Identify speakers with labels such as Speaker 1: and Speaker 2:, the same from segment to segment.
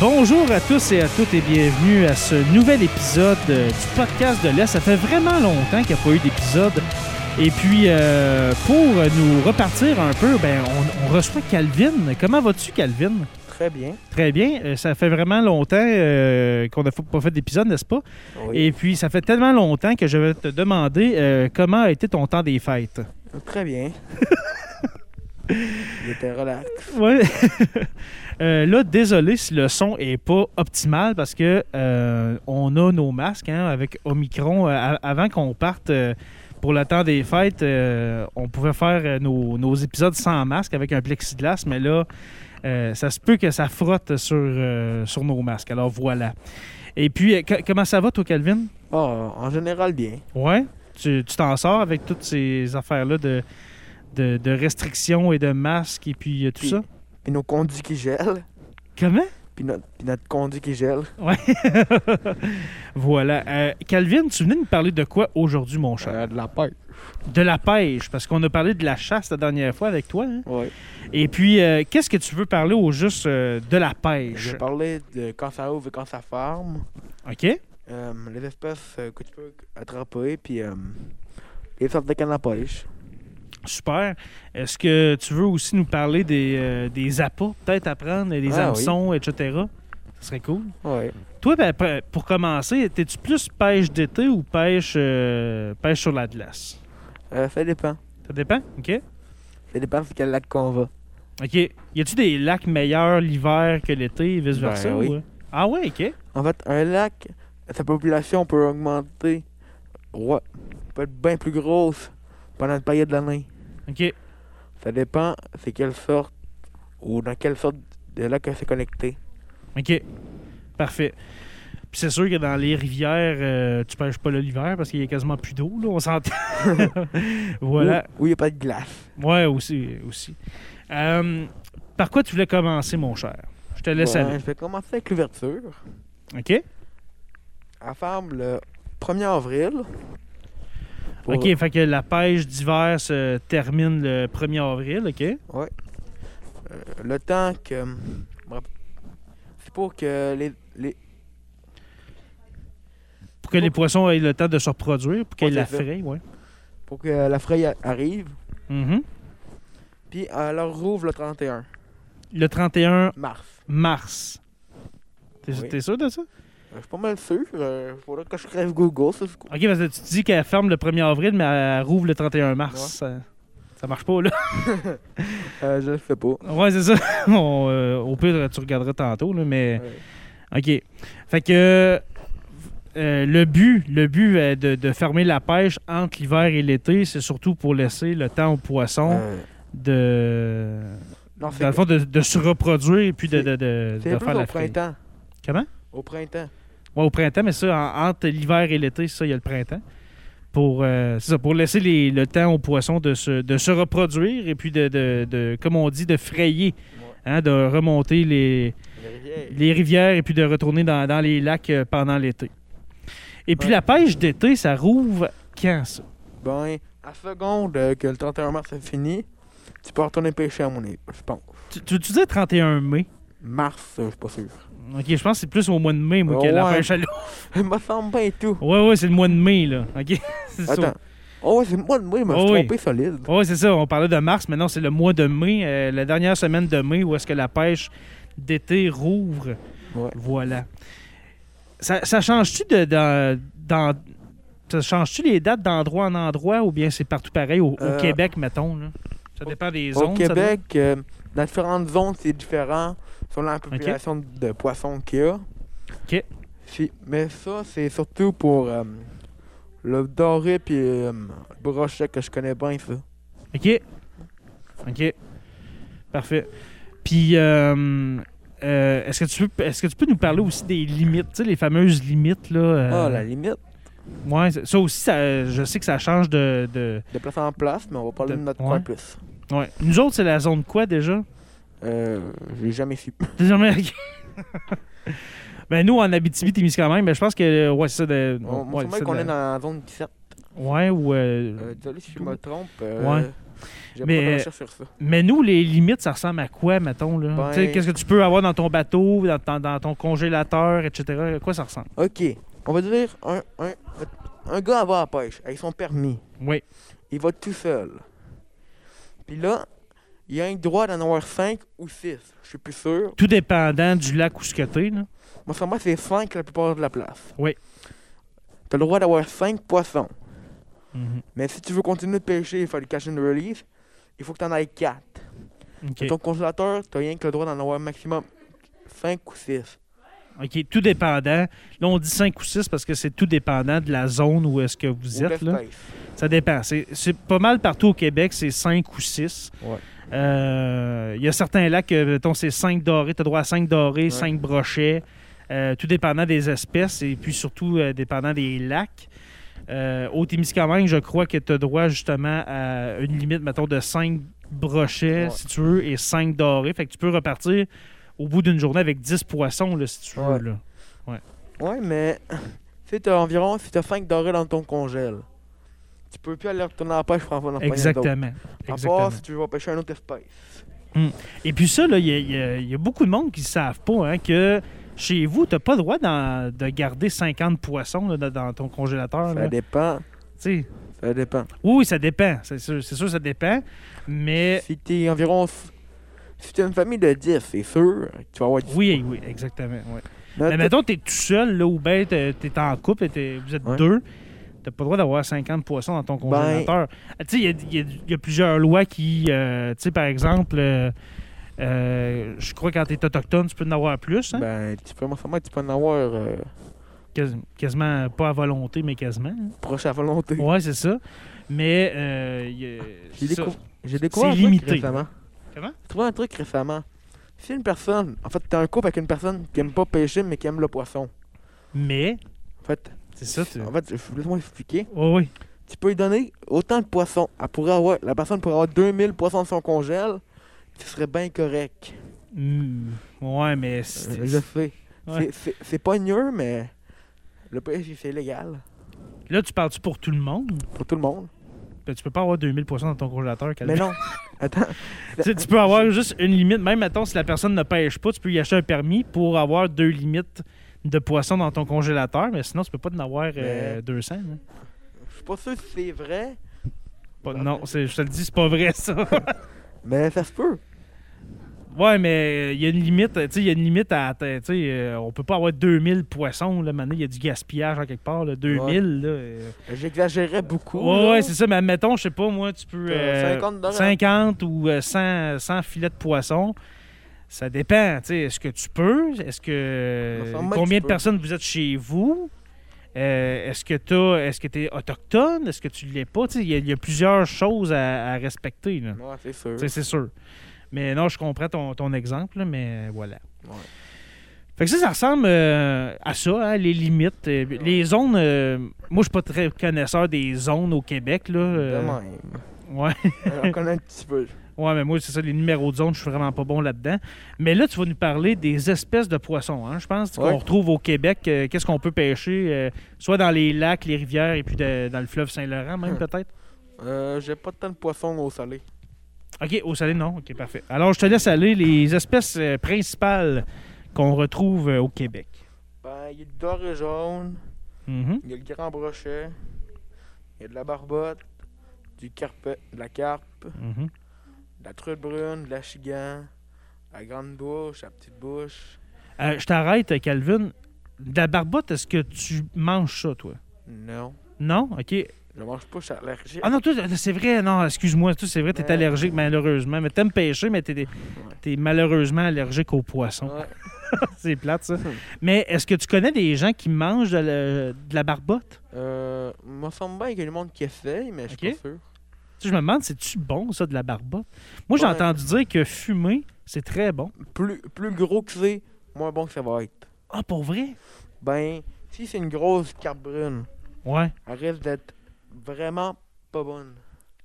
Speaker 1: Bonjour à tous et à toutes et bienvenue à ce nouvel épisode euh, du podcast de l'Est. Ça fait vraiment longtemps qu'il n'y a pas eu d'épisode. Et puis, euh, pour nous repartir un peu, ben, on, on reçoit Calvin. Comment vas-tu, Calvin?
Speaker 2: Très bien.
Speaker 1: Très bien. Euh, ça fait vraiment longtemps euh, qu'on n'a f- pas fait d'épisode, n'est-ce pas? Et puis, ça fait tellement longtemps que je vais te demander euh, comment a été ton temps des fêtes.
Speaker 2: Très bien. Il était relax.
Speaker 1: Ouais. Euh, là, désolé si le son est pas optimal parce que euh, on a nos masques hein, avec Omicron. Euh, a- avant qu'on parte euh, pour le temps des fêtes, euh, on pouvait faire euh, nos, nos épisodes sans masque avec un plexiglas, mais là, euh, ça se peut que ça frotte sur, euh, sur nos masques. Alors voilà. Et puis, euh, co- comment ça va, toi, Calvin?
Speaker 2: Oh, en général, bien.
Speaker 1: Ouais. Tu tu t'en sors avec toutes ces affaires-là de, de, de restrictions et de masques et puis euh, tout
Speaker 2: Puis-
Speaker 1: ça?
Speaker 2: Puis nos conduits qui gèlent.
Speaker 1: Comment?
Speaker 2: Puis notre, puis notre conduit qui gèle.
Speaker 1: Voilà. Euh, Calvin, tu venais nous parler de quoi aujourd'hui, mon cher?
Speaker 2: de la pêche.
Speaker 1: De la pêche, parce qu'on a parlé de la chasse la dernière fois avec toi. hein?
Speaker 2: Oui.
Speaker 1: Et puis, euh, qu'est-ce que tu veux parler au juste euh, de la
Speaker 2: Je
Speaker 1: pêche?
Speaker 2: parlais de quand ça ouvre et quand ça ferme.
Speaker 1: OK?
Speaker 2: Euh, les espèces euh, que tu peux attraper. Puis euh, les sortes de canne à pêche.
Speaker 1: Super. Est-ce que tu veux aussi nous parler des, euh, des appâts, peut-être à prendre, et des
Speaker 2: Ah oui.
Speaker 1: hameçons, etc.? Ce serait cool.
Speaker 2: Oui.
Speaker 1: Toi, ben, pre- pour commencer, t'es-tu plus pêche d'été ou pêche, euh, pêche sur la glace?
Speaker 2: Euh, ça dépend.
Speaker 1: Ça dépend? OK?
Speaker 2: Ça dépend sur quel lac qu'on va.
Speaker 1: OK. Y a-tu des lacs meilleurs l'hiver que l'été et vice-versa?
Speaker 2: Ben oui.
Speaker 1: ou- Ah ouais, OK.
Speaker 2: En fait, un lac, sa population peut augmenter. Ouais. Peut être bien plus grosse pendant une période de l'année.
Speaker 1: OK.
Speaker 2: Ça dépend c'est quelle sorte ou dans quelle sorte de lac que c'est connecté.
Speaker 1: OK. Parfait. Puis c'est sûr que dans les rivières, euh, tu pêches pas là l'hiver parce qu'il y a quasiment plus d'eau, là, on s'entend. voilà.
Speaker 2: Où où il n'y a pas de glace.
Speaker 1: Ouais, aussi. aussi. Euh, par quoi tu voulais commencer, mon cher? Je te laisse
Speaker 2: Bon,
Speaker 1: aller.
Speaker 2: je vais commencer avec l'ouverture.
Speaker 1: OK?
Speaker 2: À ferme le 1er avril. Pour-
Speaker 1: OK, fait que la pêche d'hiver se termine le 1er avril, OK?
Speaker 2: euh, le temps que. bon, C'est pour que les. les
Speaker 1: Pour que les poissons aient le temps de se reproduire, pour qu'ils
Speaker 2: Ouais,
Speaker 1: la
Speaker 2: c'est ça.
Speaker 1: fraient, ouais.
Speaker 2: pour que la fraye a- arrive.
Speaker 1: Mhm.
Speaker 2: Puis elle leur rouvre le 31
Speaker 1: Le 31
Speaker 2: mars.
Speaker 1: mars. T'es
Speaker 2: Oui.
Speaker 1: t'es sûr de ça?
Speaker 2: Euh, je suis pas mal sûr. Il faudrait que je crève Google. ça, c'est quoi.
Speaker 1: Ok, parce que tu dis qu'elle ferme le 1er avril, mais elle rouvre le 31 mars. Ça, ça marche pas, là.
Speaker 2: Euh, je ne sais pas.
Speaker 1: Ouais, c'est ça. On, euh, au pire, tu regarderas tantôt, là, mais...
Speaker 2: Ouais.
Speaker 1: Ok. Fait que... euh, le but, le but euh, de, de fermer la pêche entre l'hiver et l'été, c'est surtout pour laisser le temps aux poissons
Speaker 2: Euh,
Speaker 1: de,
Speaker 2: non, c'est
Speaker 1: dans le fond, de, de se reproduire et puis de,
Speaker 2: C'est-
Speaker 1: de, de-
Speaker 2: c'est
Speaker 1: de
Speaker 2: plus
Speaker 1: faire
Speaker 2: au
Speaker 1: la fraie.
Speaker 2: printemps.
Speaker 1: Comment?
Speaker 2: Au printemps.
Speaker 1: Ouais, au printemps, mais ça, en- entre l'hiver et l'été, ça, il y a le printemps. Pour, euh, c'est ça, pour laisser les- le temps aux poissons de se, de se reproduire et puis de, de- de- comme on dit, de frayer, hein, de remonter les,
Speaker 2: Les rivières.
Speaker 1: les rivières et puis de retourner dans, dans les lacs euh, pendant l'été. Et puis
Speaker 2: Ouais.
Speaker 1: la pêche d'été, ça rouvre quand ça?
Speaker 2: Ben, à seconde euh, que le 31 mars est fini, tu peux retourner pêcher à mon avis, je pense.
Speaker 1: Tu, tu, tu disais 31 mai.
Speaker 2: Mars, euh, je suis pas sûr.
Speaker 1: Ok, je pense que c'est plus au mois de mai, moi, que
Speaker 2: Ah Ouais.
Speaker 1: la pêche à l'eau.
Speaker 2: Il me semble bien et tout.
Speaker 1: Ouais, ouais, c'est le mois de mai, là. Ok, c'est ça.
Speaker 2: Attends. Oh, ouais, c'est moi de moi, je me suis
Speaker 1: Oh oui.
Speaker 2: trompé solide.
Speaker 1: Oui, c'est ça. On parlait de mars, maintenant c'est le mois de mai, euh, la dernière semaine de mai où est-ce que la pêche d'été rouvre.
Speaker 2: Ouais.
Speaker 1: Voilà. Ça, ça change-tu de, dans- dans- ça change-tu les dates d'endroit en endroit ou bien c'est partout pareil au, au
Speaker 2: Euh,
Speaker 1: Québec, mettons? là? Ça dépend des
Speaker 2: Au
Speaker 1: zones. ça
Speaker 2: Québec, euh, dans différentes zones, c'est différent selon la population de poissons qu'il y a.
Speaker 1: Ok.
Speaker 2: Si- mais ça, c'est surtout pour euh, le doré puis euh, le brochet que je connais bien,
Speaker 1: Euh.
Speaker 2: ça.
Speaker 1: doit- OK. OK. Parfait. Puis, euh, euh, est-ce, que tu peux, est-ce que tu peux nous parler aussi des limites, tu sais, les fameuses limites? Là, euh,
Speaker 2: Ah, la limite,
Speaker 1: Ouais, ça- ça aussi, ça- je sais que ça change de. de-
Speaker 2: de place en place, mais on va parler
Speaker 1: De-
Speaker 2: de, notre
Speaker 1: ouais.
Speaker 2: coin plus.
Speaker 1: Ouais. Nous autres, c'est la zone quoi déjà
Speaker 2: Euh, j'ai jamais su.
Speaker 1: Désormais. ben, nous, en Abitibi, Témiscamingue, ben, je pense que. euh, Ouais, c'est ça. de-
Speaker 2: On, on
Speaker 1: ouais,
Speaker 2: se met
Speaker 1: c'est
Speaker 2: qu'on
Speaker 1: de-
Speaker 2: est dans la zone 17.
Speaker 1: Ouais, ou. euh,
Speaker 2: Euh, désolé si je me trompe. euh,
Speaker 1: Ouais.
Speaker 2: J'ai
Speaker 1: Mais,
Speaker 2: pas
Speaker 1: euh,
Speaker 2: de recherche sur ça.
Speaker 1: Mais nous, les limites, ça ressemble à quoi, mettons? là?
Speaker 2: Ben-
Speaker 1: Tu sais, Qu'est-ce que tu peux avoir dans ton bateau, dans, ton- dans ton congélateur, etc.? À quoi ça ressemble?
Speaker 2: Ok, on va dire un, un, un gars va à la pêche avec son permis.
Speaker 1: Oui.
Speaker 2: Il va tout seul. Puis là, il a un droit d'en avoir 5 ou 6. Je suis plus sûr.
Speaker 1: Tout dépendant du lac où ce que t'es, là.
Speaker 2: Moi, sur moi, c'est 5 la plupart de la place.
Speaker 1: Oui.
Speaker 2: T'as le droit d'avoir 5 poissons.
Speaker 1: Mhm.
Speaker 2: Mais si tu veux continuer de pêcher et faire le catch and release, il faut que t'en ailles 4.
Speaker 1: OK.
Speaker 2: Ton congélateur, t'as rien que le droit d'en avoir maximum 5 ou 6.
Speaker 1: OK, tout dépendant. Là, on dit 5 ou 6 parce que c'est tout dépendant de la zone où est-ce que vous êtes. Là. Ça dépend. C'est c'est pas mal partout au Québec, c'est 5 ou 6.
Speaker 2: Ouais.
Speaker 1: Il y a certains lacs, que, mettons, c'est 5 dorés. Tu as droit à 5 dorés,
Speaker 2: Ouais.
Speaker 1: 5 brochets. Euh, tout dépendant des espèces et puis surtout euh, dépendant des lacs. Euh, au Témiscamingue, je crois que tu as droit justement à une limite, mettons, de 5 brochets,
Speaker 2: Ouais.
Speaker 1: si tu veux, et 5 dorés. Fait que tu peux repartir au bout d'une journée avec 10 poissons, là, si tu veux.
Speaker 2: Ouais.
Speaker 1: Là.
Speaker 2: Ouais, mais si t'as environ, si t'as 5 dorés dans ton congèle, tu peux plus aller retourner à la pêche pour en prendre d'autres.
Speaker 1: Exactement.
Speaker 2: À
Speaker 1: Exactement.
Speaker 2: part si tu vas pêcher un autre espèce.
Speaker 1: Et puis ça, là, il y, a- il y a- il y a beaucoup de monde qui ne savent pas hein, que chez vous, tu n'as pas le droit d'en- de garder 50 poissons là, dans- dans ton congélateur.
Speaker 2: Ça
Speaker 1: là.
Speaker 2: dépend.
Speaker 1: Tu sais,
Speaker 2: Ça dépend.
Speaker 1: Oui, ça dépend. C'est sûr, c'est sûr, ça dépend. Mais
Speaker 2: Si t'es environ. Si t'as une famille de 10, c'est sûr que tu vas avoir 10.
Speaker 1: oui, oui, exactement. ouais.
Speaker 2: Là,
Speaker 1: Mais
Speaker 2: Euh, t'as-
Speaker 1: mettons, tu es tout seul, là, ou bien tu es, en couple et t'es- vous êtes
Speaker 2: Ouais.
Speaker 1: deux. Tu pas le droit d'avoir 50 poissons dans ton
Speaker 2: Ben-
Speaker 1: congélateur. Ah, Tu sais, il y a- il y, a- il y a plusieurs lois qui. euh, tu sais, par exemple, euh, euh, je crois que quand tu es autochtone, tu peux en avoir plus. hein?
Speaker 2: Ben, tu peux, moi, tu peux en avoir euh,
Speaker 1: Quas- quasiment euh, pas à volonté, mais quasiment. hein.
Speaker 2: proche à volonté.
Speaker 1: Ouais, c'est ça. Mais euh, y a-
Speaker 2: J'ai
Speaker 1: ça.
Speaker 2: décou- j'ai découvert un
Speaker 1: C'est
Speaker 2: truc
Speaker 1: limité.
Speaker 2: récemment.
Speaker 1: Comment?
Speaker 2: J'ai trouvé un truc récemment. Si une personne. En fait, t'es en couple avec une personne qui aime pas pêcher mais qui aime le poisson.
Speaker 1: Mais
Speaker 2: En fait,
Speaker 1: c'est ça. Tu...
Speaker 2: en fait je laisse-moi expliquer.
Speaker 1: Oh, oui,
Speaker 2: tu peux lui donner autant de poissons. Elle pourrait avoir, la personne pourrait avoir 2000 poissons de son congèle. Ce serait bien correct.
Speaker 1: Hmm. Ouais, mais c'est-
Speaker 2: Euh, Je sais.
Speaker 1: Ouais.
Speaker 2: C'est- c'est- C'est pas mieux, mais le pêche, c'est légal
Speaker 1: là, tu parles-tu pour tout le monde?
Speaker 2: pour tout le monde.
Speaker 1: Ben, tu peux pas avoir 2000 dans ton congélateur. Calvin.
Speaker 2: Mais non. Attends.
Speaker 1: Tu sais, tu peux avoir juste une limite. Même, mettons, si la personne ne pêche pas, tu peux y acheter un permis pour avoir deux limites de poissons dans ton congélateur, mais sinon, tu peux pas en avoir euh,
Speaker 2: Mais-
Speaker 1: 200. hein.
Speaker 2: Je suis pas sûr si c'est vrai,
Speaker 1: Pas-
Speaker 2: Ah.
Speaker 1: non, c'est- je te le dis, c'est pas vrai, ça.
Speaker 2: mais ça se peut.
Speaker 1: Ouais, mais il y a une limite, tu sais, il y a une limite à atteindre, tu sais, euh, on peut pas avoir 2000 poissons là maintenant, il y a du gaspillage en quelque part là, 2000
Speaker 2: Ouais.
Speaker 1: là. euh.
Speaker 2: J'exagérais beaucoup.
Speaker 1: ouais,
Speaker 2: là.
Speaker 1: ouais, c'est ça, mais admettons, je sais pas moi, tu peux
Speaker 2: Euh,
Speaker 1: euh,
Speaker 2: 50 dollars.
Speaker 1: 50 ou euh, 100 100 filets de poisson. Ça dépend, tu sais, est-ce que tu peux Est-ce que
Speaker 2: Me semble que
Speaker 1: combien
Speaker 2: tu
Speaker 1: de
Speaker 2: peux.
Speaker 1: personnes vous êtes chez vous Euh, est-ce que tu est-ce que tu es autochtone Est-ce que tu l'es pas Tu sais, il y, a- il y a plusieurs choses à, à respecter là.
Speaker 2: Ouais, c'est sûr.
Speaker 1: Tu sais, C'est sûr. Mais non, je comprends ton, ton exemple, là, mais voilà.
Speaker 2: Ouais.
Speaker 1: Fait que ça, ça ressemble euh, à ça, hein, les limites. euh, Les zones. euh, moi, je suis pas très connaisseur des zones au Québec. Là,
Speaker 2: De
Speaker 1: euh,
Speaker 2: même.
Speaker 1: ouais.
Speaker 2: On connaît un petit peu.
Speaker 1: ouais, mais moi, c'est ça, les numéros de zones, je suis vraiment pas bon là-dedans. Mais là, tu vas nous parler des espèces de poissons, hein, je pense,
Speaker 2: Ouais.
Speaker 1: qu'on retrouve au Québec. euh, Qu'est-ce qu'on peut pêcher, euh, soit dans les lacs, les rivières, et puis de- dans le fleuve Saint-Laurent, même
Speaker 2: Hum.
Speaker 1: peut-être?
Speaker 2: Euh, J'ai pas tant de poissons au soleil.
Speaker 1: OK, au salé, non. OK, parfait. Alors, je te laisse aller les espèces euh, principales qu'on retrouve euh, au Québec.
Speaker 2: Ben, il y a du doré jaune.
Speaker 1: Mhm.
Speaker 2: Il y a le grand brochet, il y a de la barbotte, du carpe, de la carpe,
Speaker 1: Mhm.
Speaker 2: de la truite brune, de la chigan, la grande bouche, la petite bouche.
Speaker 1: Euh, je t'arrête, Calvin. De la barbotte, est-ce que tu manges ça, toi?
Speaker 2: Non,
Speaker 1: Non? OK.
Speaker 2: je mange pas, je suis allergique.
Speaker 1: Ah non, toi, c'est vrai. Non, excuse-moi. Toi, c'est vrai, t'es
Speaker 2: Ouais.
Speaker 1: allergique, malheureusement. Mais t'aimes pêcher, mais t'es, t'es malheureusement allergique aux poissons.
Speaker 2: Ouais.
Speaker 1: c'est plate, ça. Mais est-ce que tu connais des gens qui mangent de, la- de la barbotte?
Speaker 2: Euh, me semble bien qu'il y a du monde qui essaye, mais je suis
Speaker 1: Ok.
Speaker 2: pas sûr.
Speaker 1: Tu sais, je me demande, c'est-tu bon, ça, de la barbotte? Moi, j'ai
Speaker 2: Ouais.
Speaker 1: entendu dire que fumer, c'est très bon.
Speaker 2: Plus, plus gros que c'est, moins bon que ça va être.
Speaker 1: Ah, pour vrai?
Speaker 2: Ben, si c'est une grosse carpe brune,
Speaker 1: Ouais.
Speaker 2: elle risque d'être vraiment pas bonne.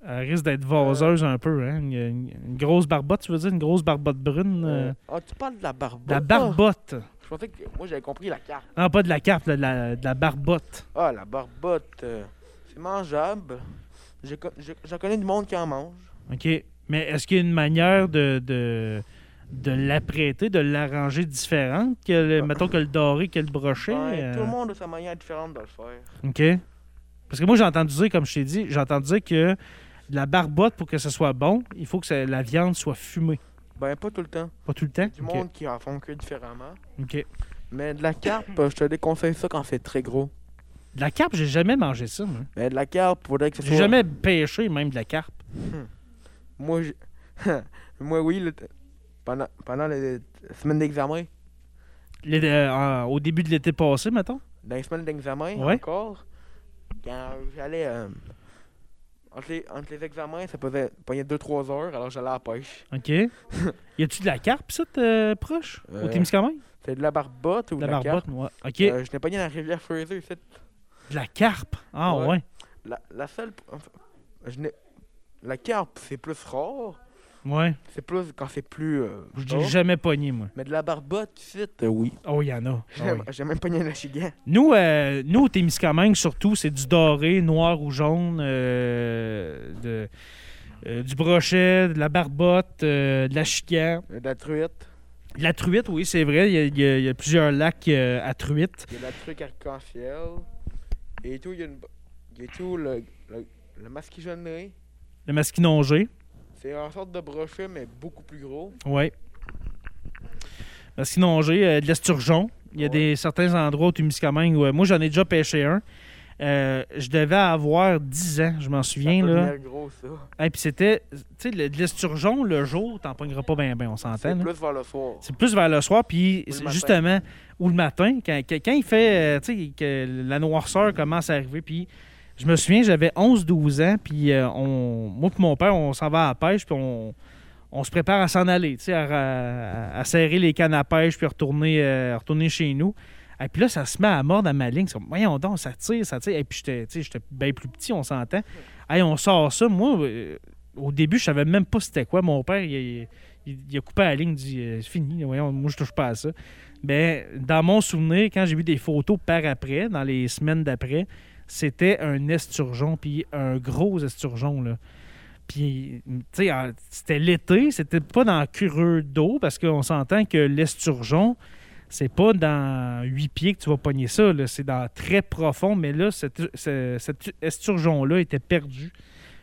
Speaker 1: Elle risque d'être vaseuse un peu, hein? Une, une- une grosse barbotte, tu veux dire? Une grosse barbotte brune? euh,
Speaker 2: Euh, Ah, tu parles de la barbotte?
Speaker 1: de la barbotte.
Speaker 2: Je pensais que moi j'avais compris la carpe.
Speaker 1: Non, pas de la carpe, là, de, la, de la barbotte.
Speaker 2: Ah, la barbotte, euh, C'est mangeable. Je co- je- J'en connais du monde qui en mange.
Speaker 1: OK. Mais est-ce qu'il y a une manière de, de, de l'apprêter, de l'arranger différente que le,
Speaker 2: Ah.
Speaker 1: mettons que le doré, que le brochet?
Speaker 2: Ouais,
Speaker 1: euh,
Speaker 2: Ben, Tout le monde a sa manière différente de le faire.
Speaker 1: OK. Parce que moi, j'ai entendu dire, comme je t'ai dit, j'ai entendu dire que de la barbotte, pour que ce soit bon, il faut que ça- la viande soit fumée.
Speaker 2: Ben, pas tout le temps.
Speaker 1: Pas tout le temps?
Speaker 2: Du
Speaker 1: OK.
Speaker 2: monde qui en font cuire différemment.
Speaker 1: OK.
Speaker 2: Mais de la carpe, je te déconseille ça quand c'est très gros.
Speaker 1: De la carpe, j'ai jamais mangé ça. moi.
Speaker 2: Mais de la carpe, faudrait que ce
Speaker 1: J'ai
Speaker 2: soit.
Speaker 1: jamais pêché même de la carpe.
Speaker 2: Moi, j'ai- Moi oui, le- pendant, pendant les semaines d'examen,
Speaker 1: Les- euh, en- au début de l'été passé, mettons.
Speaker 2: dans les semaines d'examen
Speaker 1: Ouais.
Speaker 2: encore, quand j'allais. euh, entre, les, entre les examens, ça pesait, pognait 2-3 heures, alors j'allais à la pêche.
Speaker 1: OK. y a-tu de la carpe, ça, euh, proche? Au
Speaker 2: Euh,
Speaker 1: Témiscamingue?
Speaker 2: C'est de la barbotte ou
Speaker 1: De la
Speaker 2: de la,
Speaker 1: barbotte,
Speaker 2: carpe?
Speaker 1: moi. OK.
Speaker 2: Euh, je n'ai pas dans la rivière Fraser ici.
Speaker 1: de la carpe. Ah,
Speaker 2: ouais.
Speaker 1: ouais.
Speaker 2: La, la seule. enfin, je n'ai- la carpe, c'est plus rare.
Speaker 1: Ouais.
Speaker 2: C'est plus quand c'est plus. euh,
Speaker 1: Je
Speaker 2: rare.
Speaker 1: l'ai jamais pogné, moi.
Speaker 2: Mais de la barbotte, ici, euh, oui.
Speaker 1: Oh, il y en a. Ah
Speaker 2: J'ai
Speaker 1: oui.
Speaker 2: j'ai même pas nié la chigan.
Speaker 1: Nous, euh, nous, au Témiscamingue, surtout, c'est du doré, noir ou jaune, euh, de, euh, du brochet, de la barbotte, euh, de la chicane.
Speaker 2: Il y a de la truite,
Speaker 1: De la truite, oui, c'est vrai. Il y a- il y, a- il y a plusieurs lacs euh, à truite.
Speaker 2: il y a de la truite arc-en-ciel. Et tout, il y a, une... il y a tout le, le, le masquigeonné.
Speaker 1: Le masquinongé,
Speaker 2: C'est une sorte de brochet, mais beaucoup plus gros.
Speaker 1: oui. Masquinongé, euh, de l'esturgeon. Il y a
Speaker 2: Ouais.
Speaker 1: des, certains endroits au Témiscamingue où... euh, moi, j'en ai déjà pêché un. Euh, je devais avoir 10 ans, je m'en souviens.
Speaker 2: ça peut
Speaker 1: là.
Speaker 2: devenir gros, ça.
Speaker 1: Et puis c'était, tu sais, le- de l'esturgeon, le jour, t'en pogneras pas bien, bien, on s'entend.
Speaker 2: C'est
Speaker 1: là.
Speaker 2: plus vers le soir.
Speaker 1: C'est plus vers le soir, puis
Speaker 2: Ou le
Speaker 1: c'est
Speaker 2: matin.
Speaker 1: justement, ou le matin, quand, quand- quand il fait, euh, tu sais, que la noirceur commence à arriver, puis je me souviens, j'avais 11-12 ans, puis euh, on, moi et mon père, on s'en va à la pêche, puis on, on se prépare à s'en aller, tu sais, à, ra- à serrer les cannes à pêche, puis retourner, euh, retourner chez nous. Et puis là, ça se met à mort dans ma ligne. C'est comme, voyons donc, ça tire, ça tire. Et puis j'étais, tu sais, j'étais bien plus petit, on s'entend. Hey, on sort ça. Moi, euh, au début, je savais même pas c'était quoi. Mon père, il, il- il, il a coupé la ligne, il dit euh, c'est fini, voyons, moi je touche pas à ça. Mais Ben, dans mon souvenir, quand j'ai vu des photos par après, dans les semaines d'après, c'était un esturgeon, puis un gros esturgeon, là. Puis, tu sais, en- c'était l'été, c'était pas dans cureux d'eau, parce qu'on s'entend que l'esturgeon, c'est pas dans 8 pieds que tu vas pogner ça, là. c'est dans très profond, mais là, cet, ce- cet esturgeon-là était perdu,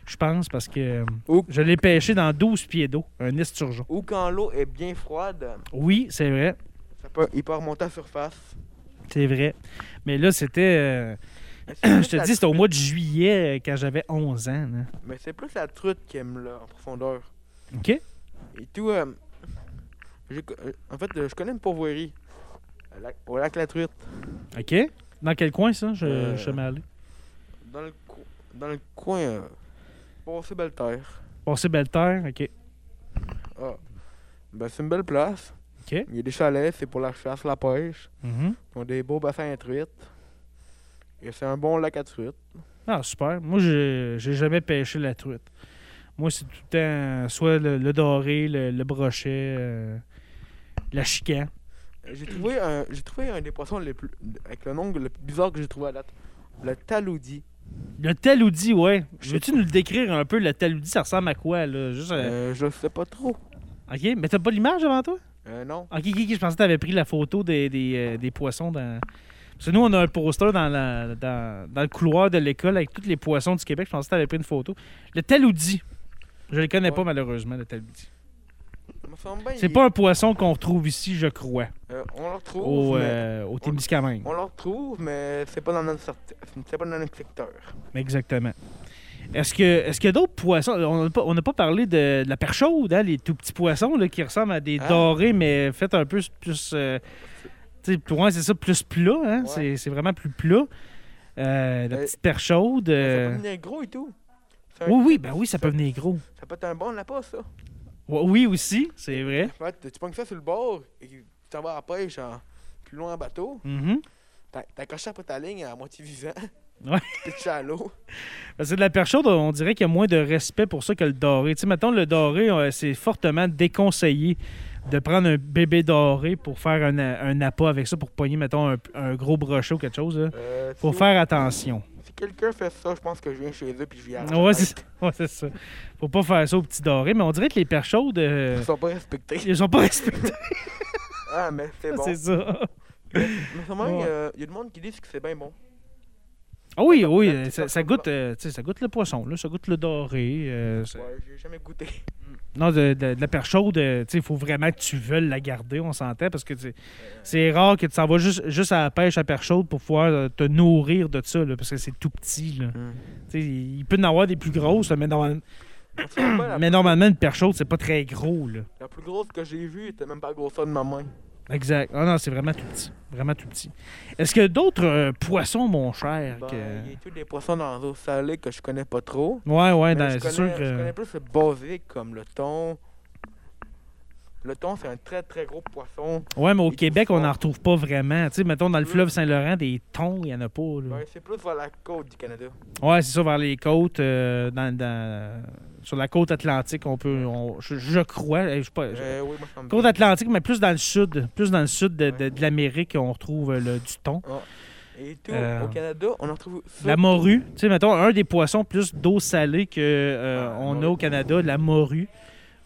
Speaker 1: je pense, parce que
Speaker 2: Oups.
Speaker 1: je l'ai pêché dans 12 pieds d'eau, un esturgeon.
Speaker 2: Ou quand l'eau est bien froide,
Speaker 1: Oui, c'est vrai.
Speaker 2: ça peut, il peut remonter à surface.
Speaker 1: C'est vrai. Mais là, c'était. euh,
Speaker 2: Mais c'est
Speaker 1: je
Speaker 2: plus
Speaker 1: te
Speaker 2: la
Speaker 1: dis, c'était au
Speaker 2: truite-
Speaker 1: mois de juillet euh, quand j'avais 11 ans. là.
Speaker 2: Mais c'est plus la truite qui aime là, en profondeur.
Speaker 1: OK?
Speaker 2: Et tout. euh, j'ai co- euh, en fait, euh, je connais une pourvoirie. à la- Au lac La Truite.
Speaker 1: OK? Dans quel coin, ça? Je,
Speaker 2: Euh.
Speaker 1: je suis mal allé.
Speaker 2: Dans le, co- dans le coin. Euh, passé belle terre.
Speaker 1: Passé Belle-Terre, OK.
Speaker 2: Ah. Ben, c'est une belle place.
Speaker 1: OK.
Speaker 2: Il y a des chalets, c'est pour la chasse, la pêche.
Speaker 1: Mhm.
Speaker 2: Ils ont des beaux bassins à truites. Et c'est un bon lac à truites.
Speaker 1: Ah, super. Moi, j'ai j'ai jamais pêché la truite. Moi, c'est tout le temps soit le, le doré, le, le brochet, euh, la chicane.
Speaker 2: J'ai trouvé un, j'ai trouvé un des poissons les plus, avec le nom le plus bizarre que j'ai trouvé à date. Le taloudi.
Speaker 1: Le taloudi, ouais.
Speaker 2: Je-
Speaker 1: Veux-tu nous le décrire un peu? Le taloudi, ça ressemble à quoi, là? Juste, euh,
Speaker 2: Euh, je sais pas trop.
Speaker 1: OK? Mais t'as pas l'image devant toi?
Speaker 2: Euh, non.
Speaker 1: Ok, ok, ok, je pensais que tu avais pris la photo des, des, euh, des poissons dans. Parce que nous, on a un poster dans, la, dans, dans le couloir de l'école avec tous les poissons du Québec. Je pensais que tu avais pris une photo. Le taloudi. Je le connais pas,
Speaker 2: Ouais.
Speaker 1: malheureusement, le taloudi.
Speaker 2: Il me semble bien,
Speaker 1: C'est
Speaker 2: il-
Speaker 1: pas un poisson qu'on retrouve ici, je crois,
Speaker 2: euh, on le retrouve.
Speaker 1: au,
Speaker 2: mais-
Speaker 1: euh, au Témiscamingue.
Speaker 2: On le retrouve, mais c'est pas dans notre, sorti- c'est pas dans notre secteur.
Speaker 1: Exactement. Est-ce que est-ce qu'il y a d'autres poissons On n'a pas, on n'a pas parlé de, de la perche chaude, hein, les tout petits poissons là, qui ressemblent à des
Speaker 2: Ah.
Speaker 1: dorés, mais faites un peu s- plus. euh, tu sais, pour moi, c'est ça, plus plat. hein,
Speaker 2: Ouais.
Speaker 1: c'est- C'est vraiment plus plat. Euh, la
Speaker 2: Euh,
Speaker 1: petite perche chaude.
Speaker 2: Ça
Speaker 1: euh,
Speaker 2: peut devenir gros et tout. C'est un-
Speaker 1: Oui, oui, ben oui, ça peut venir gros.
Speaker 2: Ça peut être un bon lapin, ça.
Speaker 1: Ouais, Oui, aussi, c'est vrai.
Speaker 2: Ouais, tu tu pognes ça sur le bord et tu t'en vas à la pêche en- plus loin en bateau.
Speaker 1: Mhm.
Speaker 2: T'as t'as coché après ta ligne à moitié vivant.
Speaker 1: Ouais.
Speaker 2: Puis tu es à l'eau.
Speaker 1: Parce que de la perche chaude, on dirait qu'il y a moins de respect pour ça que le doré. Tu sais, mettons, le doré, euh, c'est fortement déconseillé de prendre un bébé doré pour faire un, a- un appât avec ça, pour pogner, mettons, un, un gros brochet ou quelque chose. là.
Speaker 2: Euh,
Speaker 1: Faut
Speaker 2: tu-
Speaker 1: faire attention.
Speaker 2: C'est quelqu'un fait ça, je pense que je viens chez eux puis je viens
Speaker 1: Ouais, c'est ouais, c'est ça. Faut pas faire ça au petit doré, mais on dirait que les perches chaudes, euh,
Speaker 2: Ils sont pas respectés.
Speaker 1: ils sont pas respectés.
Speaker 2: Ah, mais c'est bon.
Speaker 1: C'est ça.
Speaker 2: Mais sûrement, il
Speaker 1: Ouais.
Speaker 2: y a- il y a du monde qui dit que c'est bien bon.
Speaker 1: Ah oui, oui,
Speaker 2: la
Speaker 1: euh,
Speaker 2: petite
Speaker 1: ça, ça
Speaker 2: façon de
Speaker 1: goûte, euh, tu sais, ça goûte le poisson, là, ça goûte le doré. euh, ça-
Speaker 2: Ouais, j'ai jamais goûté.
Speaker 1: Non, de, de- de la perche chaude, euh, tu sais, il faut vraiment que tu veuilles la garder, on s'entend, parce que tu sais, c'est rare que tu s'en vas juste, juste à la pêche à perche chaude pour pouvoir euh, te nourrir de ça, là, parce que c'est tout petit. Là. Tu sais, Il peut en avoir des plus grosses, là, mais, normal-
Speaker 2: C'est pas la,
Speaker 1: mais normalement, une perche chaude, c'est pas très gros. Là.
Speaker 2: la plus grosse que j'ai vue était même pas la grosseur de ma main.
Speaker 1: Exact. Ah non, c'est vraiment tout petit. Vraiment tout petit. Est-ce que d'autres euh, poissons, mon cher?
Speaker 2: Ben,
Speaker 1: que-
Speaker 2: Il y a tous des poissons dans l'eau salée que je connais pas trop.
Speaker 1: Ouais, ouais,
Speaker 2: Mais
Speaker 1: dans-
Speaker 2: Ben, je,
Speaker 1: c'est
Speaker 2: connais,
Speaker 1: sûr
Speaker 2: je
Speaker 1: que.
Speaker 2: connais plus le basique comme le thon. Le thon, c'est un très très gros poisson.
Speaker 1: Ouais, mais au
Speaker 2: Ils
Speaker 1: Québec, on
Speaker 2: font-
Speaker 1: n'en retrouve pas vraiment. Tu sais, mettons, dans le
Speaker 2: Mm.
Speaker 1: fleuve Saint-Laurent, des thons, il n'y en a pas. là.
Speaker 2: Ben, c'est plus vers la côte du Canada.
Speaker 1: Ouais, c'est ça, vers les côtes. euh, dans, dans- sur la côte atlantique, on peut. on- je, je crois. eh, Je, sais pas, je-
Speaker 2: Euh, oui, moi, ça me
Speaker 1: Côte
Speaker 2: dit.
Speaker 1: atlantique, mais plus dans le sud. Plus dans le sud de, de-
Speaker 2: Ouais.
Speaker 1: de l'Amérique, on retrouve euh, le- du thon.
Speaker 2: Et tout,
Speaker 1: Euh,
Speaker 2: au Canada, on en trouve.
Speaker 1: La
Speaker 2: surtout-
Speaker 1: morue. Tu sais, mettons, un des poissons plus d'eau salée que euh,
Speaker 2: Ah, la
Speaker 1: on a
Speaker 2: morue.
Speaker 1: au Canada, la morue.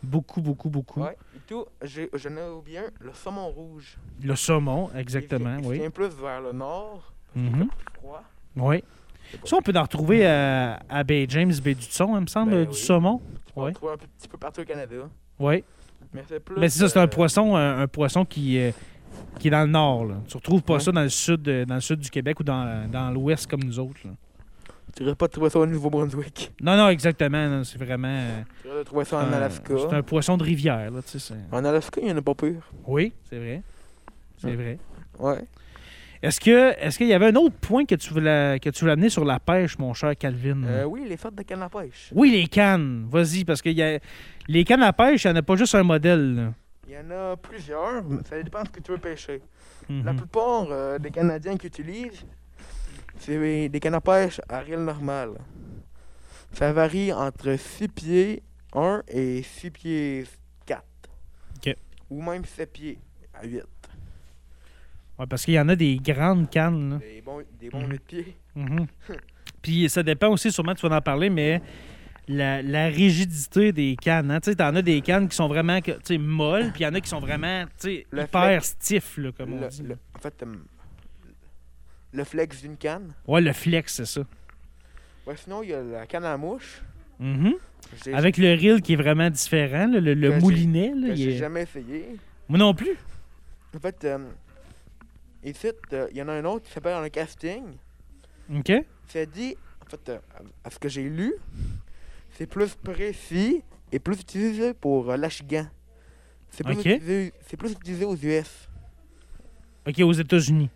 Speaker 1: Beaucoup, beaucoup, beaucoup.
Speaker 2: Ouais, et tout, j'ai- j'en ai oublié un, le saumon rouge.
Speaker 1: Le saumon,
Speaker 2: Il
Speaker 1: exactement,
Speaker 2: vient- Il
Speaker 1: oui.
Speaker 2: vient plus vers le nord,
Speaker 1: Mhm.
Speaker 2: plus froid.
Speaker 1: Oui. Ça, on peut en retrouver à, à Bay James, Bay du Son, il me semble,
Speaker 2: Ben
Speaker 1: du
Speaker 2: oui.
Speaker 1: saumon.
Speaker 2: Tu peux en
Speaker 1: Ouais.
Speaker 2: trouver un petit peu partout au Canada.
Speaker 1: Oui.
Speaker 2: Mais c'est plus.
Speaker 1: Mais Ben, c'est ça, c'est un
Speaker 2: euh,
Speaker 1: poisson, un, un poisson qui, euh, qui est dans le nord. Là. Tu retrouves pas
Speaker 2: Ouais.
Speaker 1: ça dans le sud euh, dans le sud du Québec ou dans, dans l'ouest comme nous autres. là.
Speaker 2: Tu ne pas trouver ça au Nouveau-Brunswick.
Speaker 1: Non, non, exactement. non, C'est vraiment. euh,
Speaker 2: Tu devrais trouver ça en
Speaker 1: un-
Speaker 2: Alaska.
Speaker 1: C'est un poisson de rivière. Là, tu sais, c'est-
Speaker 2: En Alaska, il n'y en a pas pire.
Speaker 1: Oui, c'est vrai. C'est
Speaker 2: Ouais.
Speaker 1: vrai.
Speaker 2: Ouais.
Speaker 1: Est-ce que est-ce qu'il y avait un autre point que tu voulais que tu voulais amener sur la pêche, mon cher Calvin?
Speaker 2: Euh, oui, les sortes de canne à pêche.
Speaker 1: Oui, les cannes. Vas-y, parce que y a... les cannes à pêche, il n'y en a pas juste un modèle. là.
Speaker 2: Il y en a plusieurs, mais ça dépend de ce que tu veux pêcher. La
Speaker 1: Mhm.
Speaker 2: plupart euh, des Canadiens qui utilisent, c'est des cannes à pêche à reel normal. Ça varie entre 6 pieds 1 et 6 pieds 4.
Speaker 1: Ok. Hein.
Speaker 2: Ou même 7 pieds à 8.
Speaker 1: Ouais, parce qu'il y en a des grandes cannes. là.
Speaker 2: Des bons, des bons
Speaker 1: Mhm.
Speaker 2: 8 pieds.
Speaker 1: Mhm.
Speaker 2: Hum.
Speaker 1: Puis ça dépend aussi, sûrement tu vas en parler, mais la, la rigidité des cannes. Hein? Tu sais, t'en as des cannes qui sont vraiment que- tu sais, molles, puis il y en a qui sont vraiment tu sais,
Speaker 2: Le
Speaker 1: hyper stiff, là, comme on
Speaker 2: Le-
Speaker 1: dit.
Speaker 2: le- en fait, euh, le flex d'une canne.
Speaker 1: Ouais, le flex, c'est ça.
Speaker 2: Ouais, sinon, il y a la canne à mouche.
Speaker 1: Mhm.
Speaker 2: J'ai-
Speaker 1: Avec le reel qui est vraiment différent, là, le, le
Speaker 2: Que j'ai-
Speaker 1: moulinet.
Speaker 2: que
Speaker 1: Là, Euh, il
Speaker 2: j'ai
Speaker 1: est-
Speaker 2: jamais essayé.
Speaker 1: Moi non plus.
Speaker 2: En fait, euh, ici, euh, il y en a un autre qui s'appelle un casting.
Speaker 1: OK.
Speaker 2: Ça dit, en fait, euh, à ce que j'ai lu, c'est plus précis et plus utilisé pour euh, l'achigan. C'est plus,
Speaker 1: Ok.
Speaker 2: utilisé- c'est plus utilisé aux US.
Speaker 1: OK, aux États-Unis.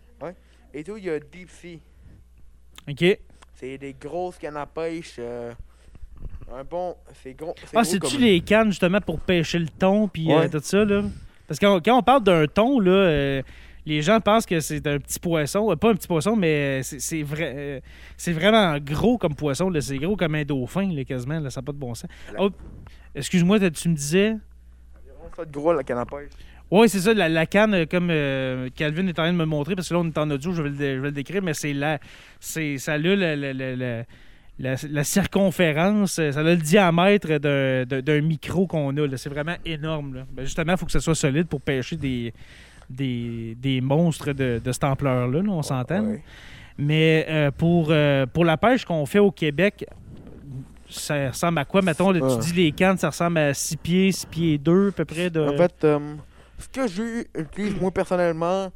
Speaker 2: Et tout, il y a Deep Sea.
Speaker 1: OK.
Speaker 2: C'est des grosses cannes à pêche. euh, un bon. C'est gros.
Speaker 1: Ah,
Speaker 2: gros
Speaker 1: c'est-tu
Speaker 2: comme-
Speaker 1: les cannes justement pour pêcher le thon puis euh,
Speaker 2: Ouais.
Speaker 1: tout ça, là? Parce que quand, quand on parle d'un thon, là, euh, les gens pensent que c'est un petit poisson. Euh, pas un petit poisson, mais euh, c'est c'est vrai, euh, c'est vraiment gros comme poisson. là. C'est gros comme un dauphin, là, quasiment. Là, ça n'a pas de bon sens.
Speaker 2: La-
Speaker 1: Oh, Excuse-moi, t'as- tu me disais...
Speaker 2: environ ça de gros, la canne à pêche.
Speaker 1: Oui, c'est ça, la, la canne, euh, comme euh, Calvin est en train de me montrer, parce que là, on est en audio, je vais le, dé- je vais le décrire, mais c'est la. C'est, ça a le- le- le- le- le- la, la circonférence, euh, ça a le diamètre d'un, d'un- d'un micro qu'on a. là. C'est vraiment énorme. là. Ben, justement, il faut que ça soit solide pour pêcher des, des, des monstres de, de cette ampleur-là, là, on s'entend.
Speaker 2: Ouais.
Speaker 1: Mais euh, pour, euh, pour la pêche qu'on fait au Québec, ça ressemble à quoi? Mettons, là,
Speaker 2: Ah.
Speaker 1: tu dis les cannes, ça ressemble à 6 pieds, 6 pieds 2 à peu près. De...
Speaker 2: En fait, euh, ce que j'utilise moi personnellement,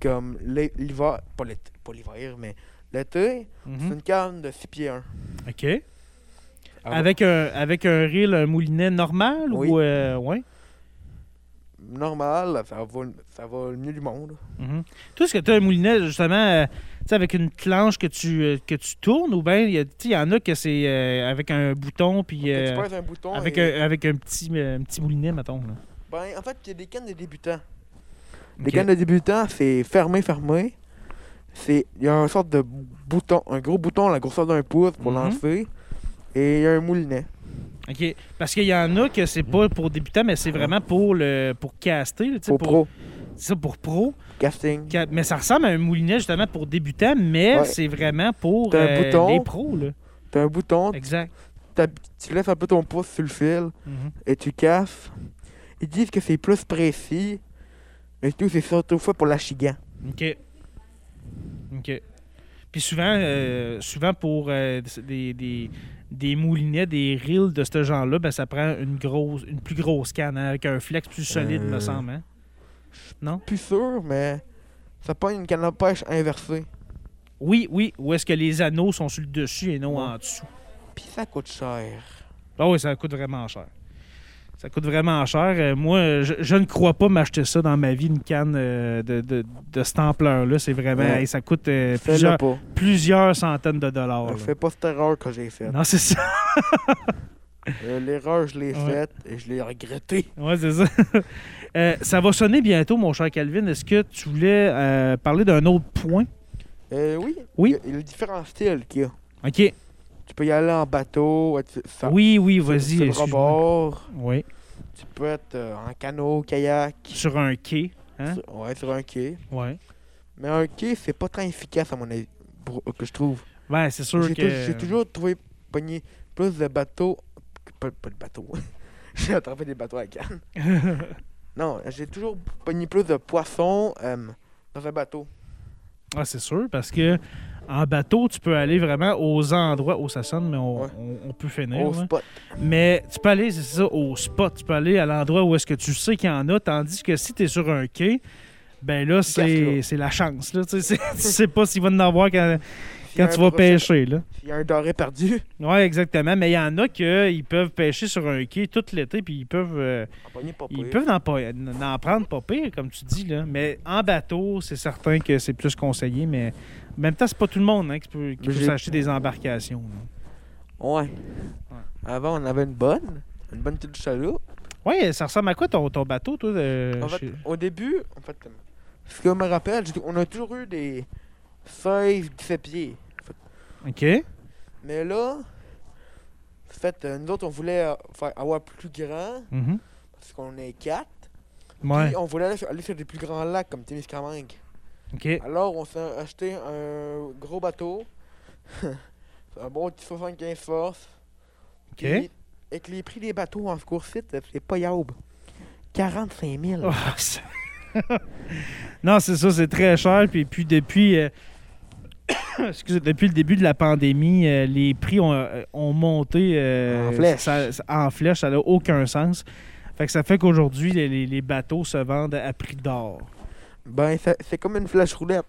Speaker 2: comme l'hi- l'hiver, pas l'été, pas l'hiver, mais l'été, c'est
Speaker 1: Mhm.
Speaker 2: une canne de 6 pieds 1.
Speaker 1: OK. avec, un, avec un reel, un moulinet normal
Speaker 2: Ah Oui.
Speaker 1: ou. euh, ouais.
Speaker 2: Normal, ça va, ça va le mieux du monde.
Speaker 1: Mhm. Toi, est-ce que tu as un moulinet, justement, euh, tu sais, avec une planche que tu, euh, que tu tournes ou bien il y a- tu sais, il y en a que c'est euh, avec un bouton puis.
Speaker 2: Quand
Speaker 1: euh,
Speaker 2: tu pèses un bouton,
Speaker 1: avec,
Speaker 2: et-
Speaker 1: un, avec un petit, euh, un petit moulinet, mettons. là.
Speaker 2: ben, en fait, il y a des cannes de débutants.
Speaker 1: OK.
Speaker 2: Les cannes de débutants, c'est fermé, fermé. C'est, il y a une sorte de bouton, un gros bouton à la grosseur d'un pouce pour
Speaker 1: Mhm.
Speaker 2: lancer. Et il y a un moulinet.
Speaker 1: OK. Parce qu'il y en a que c'est pas pour débutants, mais c'est vraiment pour, le, pour caster. là, tu sais,
Speaker 2: Au
Speaker 1: pour-
Speaker 2: Ah. pro.
Speaker 1: tu ça pour pro.
Speaker 2: Casting.
Speaker 1: Ca- Mais ça ressemble à un moulinet justement pour débutants, mais
Speaker 2: Ouais.
Speaker 1: c'est vraiment pour
Speaker 2: T'as un
Speaker 1: euh,
Speaker 2: bouton.
Speaker 1: les pros. Là.
Speaker 2: T'as un bouton,
Speaker 1: Exact.
Speaker 2: t'as- tu laisses un peu ton pouce sur le fil
Speaker 1: Mhm.
Speaker 2: et tu casses. Ils disent que c'est plus précis. Mais tout, c'est surtout fait pour la chigan.
Speaker 1: OK. OK. Puis souvent, euh, souvent pour euh, des, des, des moulinets, des reels de ce genre-là, ben, ça prend une grosse une plus grosse canne, hein, avec un flex plus solide,
Speaker 2: Euh.
Speaker 1: me semble. hein.
Speaker 2: Plus sûr, mais ça pas une canne à pêche inversée.
Speaker 1: Oui, oui. Ou est-ce que les anneaux sont sur le dessus et non
Speaker 2: Ouais.
Speaker 1: en dessous?
Speaker 2: Puis ça coûte cher.
Speaker 1: Ah oui, ça coûte vraiment cher. Ça coûte vraiment cher. Euh, moi, euh, je, je ne crois pas m'acheter ça dans ma vie, une canne euh, de, de, de cette ampleur-là. C'est vraiment.
Speaker 2: Ouais.
Speaker 1: hey, ça coûte euh,
Speaker 2: Fais-le
Speaker 1: plusieurs,
Speaker 2: pas.
Speaker 1: plusieurs centaines de dollars. Oh, là.
Speaker 2: Fais pas cette erreur que j'ai faite.
Speaker 1: Non, c'est ça.
Speaker 2: Euh, L'erreur, je l'ai
Speaker 1: Ouais.
Speaker 2: faite et je l'ai regrettée.
Speaker 1: Ouais, c'est ça. Euh, ça va sonner bientôt, mon cher Calvin. Est-ce que tu voulais euh, parler d'un autre point?
Speaker 2: Euh, oui.
Speaker 1: Oui.
Speaker 2: Il y a, il y a différents styles qu'il y a.
Speaker 1: OK.
Speaker 2: Tu peux y aller en bateau. tu- ça-
Speaker 1: Oui, oui,
Speaker 2: sur- sur
Speaker 1: vas-y.
Speaker 2: le
Speaker 1: excuse-moi.
Speaker 2: rebord.
Speaker 1: Oui.
Speaker 2: Tu peux être euh, en canot, kayak.
Speaker 1: Sur un quai. Hein?
Speaker 2: sur- ouais, sur un quai.
Speaker 1: Oui.
Speaker 2: Mais un quai, c'est pas très efficace à mon avis. pour- que je trouve.
Speaker 1: Ben, c'est sûr
Speaker 2: J'ai tou-
Speaker 1: que.
Speaker 2: j'ai toujours trouvé pogné plus de bateaux. Pas, pas de bateaux. j'ai attrapé des bateaux à canne. Non, j'ai toujours pogné plus de poissons euh, dans un bateau.
Speaker 1: Ah, c'est sûr, parce que en bateau, tu peux aller vraiment aux endroits où ça sonne, mais on,
Speaker 2: Ouais.
Speaker 1: on- on peut finir.
Speaker 2: Au
Speaker 1: ouais.
Speaker 2: spot.
Speaker 1: Mais tu peux aller, c'est ça, au spot. Tu peux aller à l'endroit où est-ce que tu sais qu'il y en a, tandis que si tu es sur un quai, ben là, c'est
Speaker 2: Garde-le.
Speaker 1: c'est la chance. Là. Tu sais c'est- tu sais pas s'il va en avoir quand,
Speaker 2: S'il y a
Speaker 1: quand
Speaker 2: un
Speaker 1: tu vas
Speaker 2: prochain-
Speaker 1: pêcher. Là.
Speaker 2: S'il y a un doré perdu,
Speaker 1: Oui, exactement. Mais il y en a que ils peuvent pêcher sur un quai tout l'été, puis ils peuvent, euh,
Speaker 2: en pogné pas
Speaker 1: ils
Speaker 2: pire.
Speaker 1: peuvent en, pa- en prendre pas pire, comme tu dis. Là. Mais en bateau, c'est certain que c'est plus conseillé, mais en même temps, c'est pas tout le monde hein, qui peut, qui
Speaker 2: Mais
Speaker 1: peut
Speaker 2: j'ai-
Speaker 1: s'acheter des embarcations. là.
Speaker 2: Ouais. Avant, on avait une bonne. Une bonne petite chaloupe.
Speaker 1: Ouais, ça ressemble à quoi ton, ton bateau, toi? de-
Speaker 2: En fait,
Speaker 1: chez-
Speaker 2: au début, en fait, euh, ce que je me rappelle, j'ai- on a toujours eu des 16, 17 pieds.
Speaker 1: OK.
Speaker 2: Mais là, en fait, euh, nous autres, on voulait euh, faire- avoir plus grand
Speaker 1: Mhm.
Speaker 2: parce qu'on est quatre.
Speaker 1: Ouais.
Speaker 2: Puis on voulait aller sur, aller sur des plus grands lacs comme Témiscamingue.
Speaker 1: OK.
Speaker 2: Alors, on s'est acheté un gros bateau. un bon petit 75 forces.
Speaker 1: OK.
Speaker 2: Puis, Avec les prix des bateaux en cours site, c'est pas yaoub. 45 000.
Speaker 1: Oh, c'est- non, c'est ça, c'est très cher. Puis, puis depuis, euh, excusez, depuis le début de la pandémie, euh, les prix ont, euh, ont monté euh,
Speaker 2: En flèche.
Speaker 1: ça- ça- en flèche, ça n'a aucun sens. Fait que ça fait qu'aujourd'hui, les, les- les bateaux se vendent à prix d'or.
Speaker 2: Ben, ça- c'est comme une flèche roulette.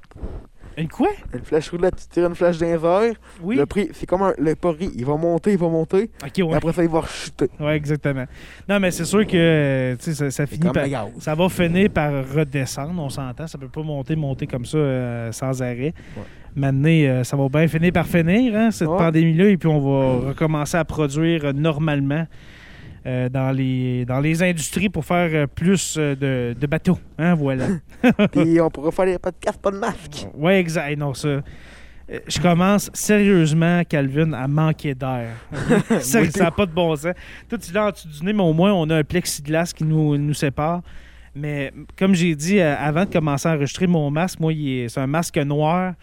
Speaker 1: Une quoi?
Speaker 2: Une flèche roulette, tu tires une flèche d'un verre.
Speaker 1: Oui.
Speaker 2: Le prix, c'est comme un, le pari. Il va monter, il va monter.
Speaker 1: Ok, ouais.
Speaker 2: Et après ça, il va rechuter.
Speaker 1: Ouais, exactement. Non, mais c'est sûr que euh, tu sais, ça, ça finit
Speaker 2: Comme
Speaker 1: par.
Speaker 2: la gaz.
Speaker 1: Ça va finir par redescendre, on s'entend. Ça peut pas monter, monter comme ça euh, sans arrêt.
Speaker 2: Ouais.
Speaker 1: Maintenant, euh, ça va bien finir par finir, hein, cette
Speaker 2: Ouais.
Speaker 1: pandémie-là, et puis on va recommencer à produire euh, normalement euh, dans, les, dans les industries pour faire euh, plus euh, de, de bateaux. Hein, voilà.
Speaker 2: Puis on pourra faire des podcasts pas de masque.
Speaker 1: ouais, exact. Non, ça. euh, Je commence sérieusement, Calvin, à manquer d'air. ça
Speaker 2: Moi,
Speaker 1: n'a pas de bon sens. Toi, tu l'as en dessous du nez, mais au moins, on a un plexiglas qui nous, nous sépare. Mais comme j'ai dit euh, avant de commencer à enregistrer mon masque, moi, il est- c'est un masque noir.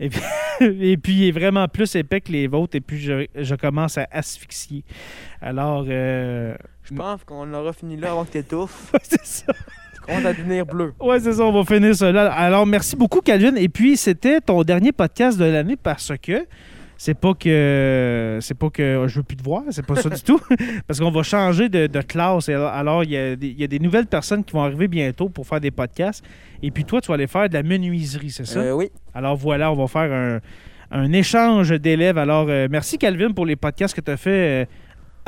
Speaker 1: Et puis, et puis, il est vraiment plus épais que les vôtres. Et puis, je, je commence à asphyxier. Alors, euh,
Speaker 2: Je pense qu'on aura fini là avant que t'étouffes.
Speaker 1: ouais, c'est ça.
Speaker 2: On va devenir bleu.
Speaker 1: Ouais, c'est ça, on va finir cela. Alors, merci beaucoup, Calvin. Et puis, c'était ton dernier podcast de l'année parce que c'est pas que c'est pas que je veux plus te voir, c'est pas ça du tout, parce qu'on va changer de, de classe. Et Alors, alors, il y, a des- il y a des nouvelles personnes qui vont arriver bientôt pour faire des podcasts. Et puis, toi, tu vas aller faire de la menuiserie, c'est ça?
Speaker 2: Euh, oui.
Speaker 1: Alors, voilà, on va faire un, un échange d'élèves. Alors, euh, merci, Calvin, pour les podcasts que tu as fait. euh,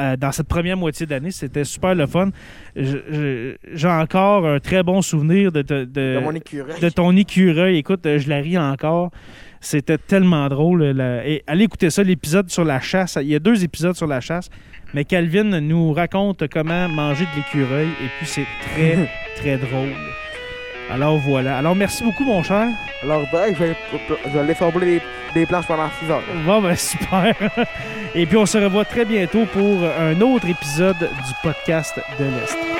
Speaker 1: euh, dans cette première moitié d'année, c'était super le fun. Je- je- J'ai encore un très bon souvenir de, te- de-
Speaker 2: Dans mon écureuil.
Speaker 1: Euh, de ton écureuil. Écoute, euh, je la ris encore. C'était tellement drôle. euh, la- Et allez écouter ça, l'épisode sur la chasse. Il y a deux épisodes sur la chasse. Mais Calvin nous raconte comment manger de l'écureuil. Et puis, c'est très, très drôle. Alors, voilà. Alors, merci beaucoup, mon cher.
Speaker 2: Alors, ben, je vais, je vais aller fabler des, des planches pendant 6 heures.
Speaker 1: Bon, ben, super. Et puis, on se revoit très bientôt pour un autre épisode du podcast de l'Est.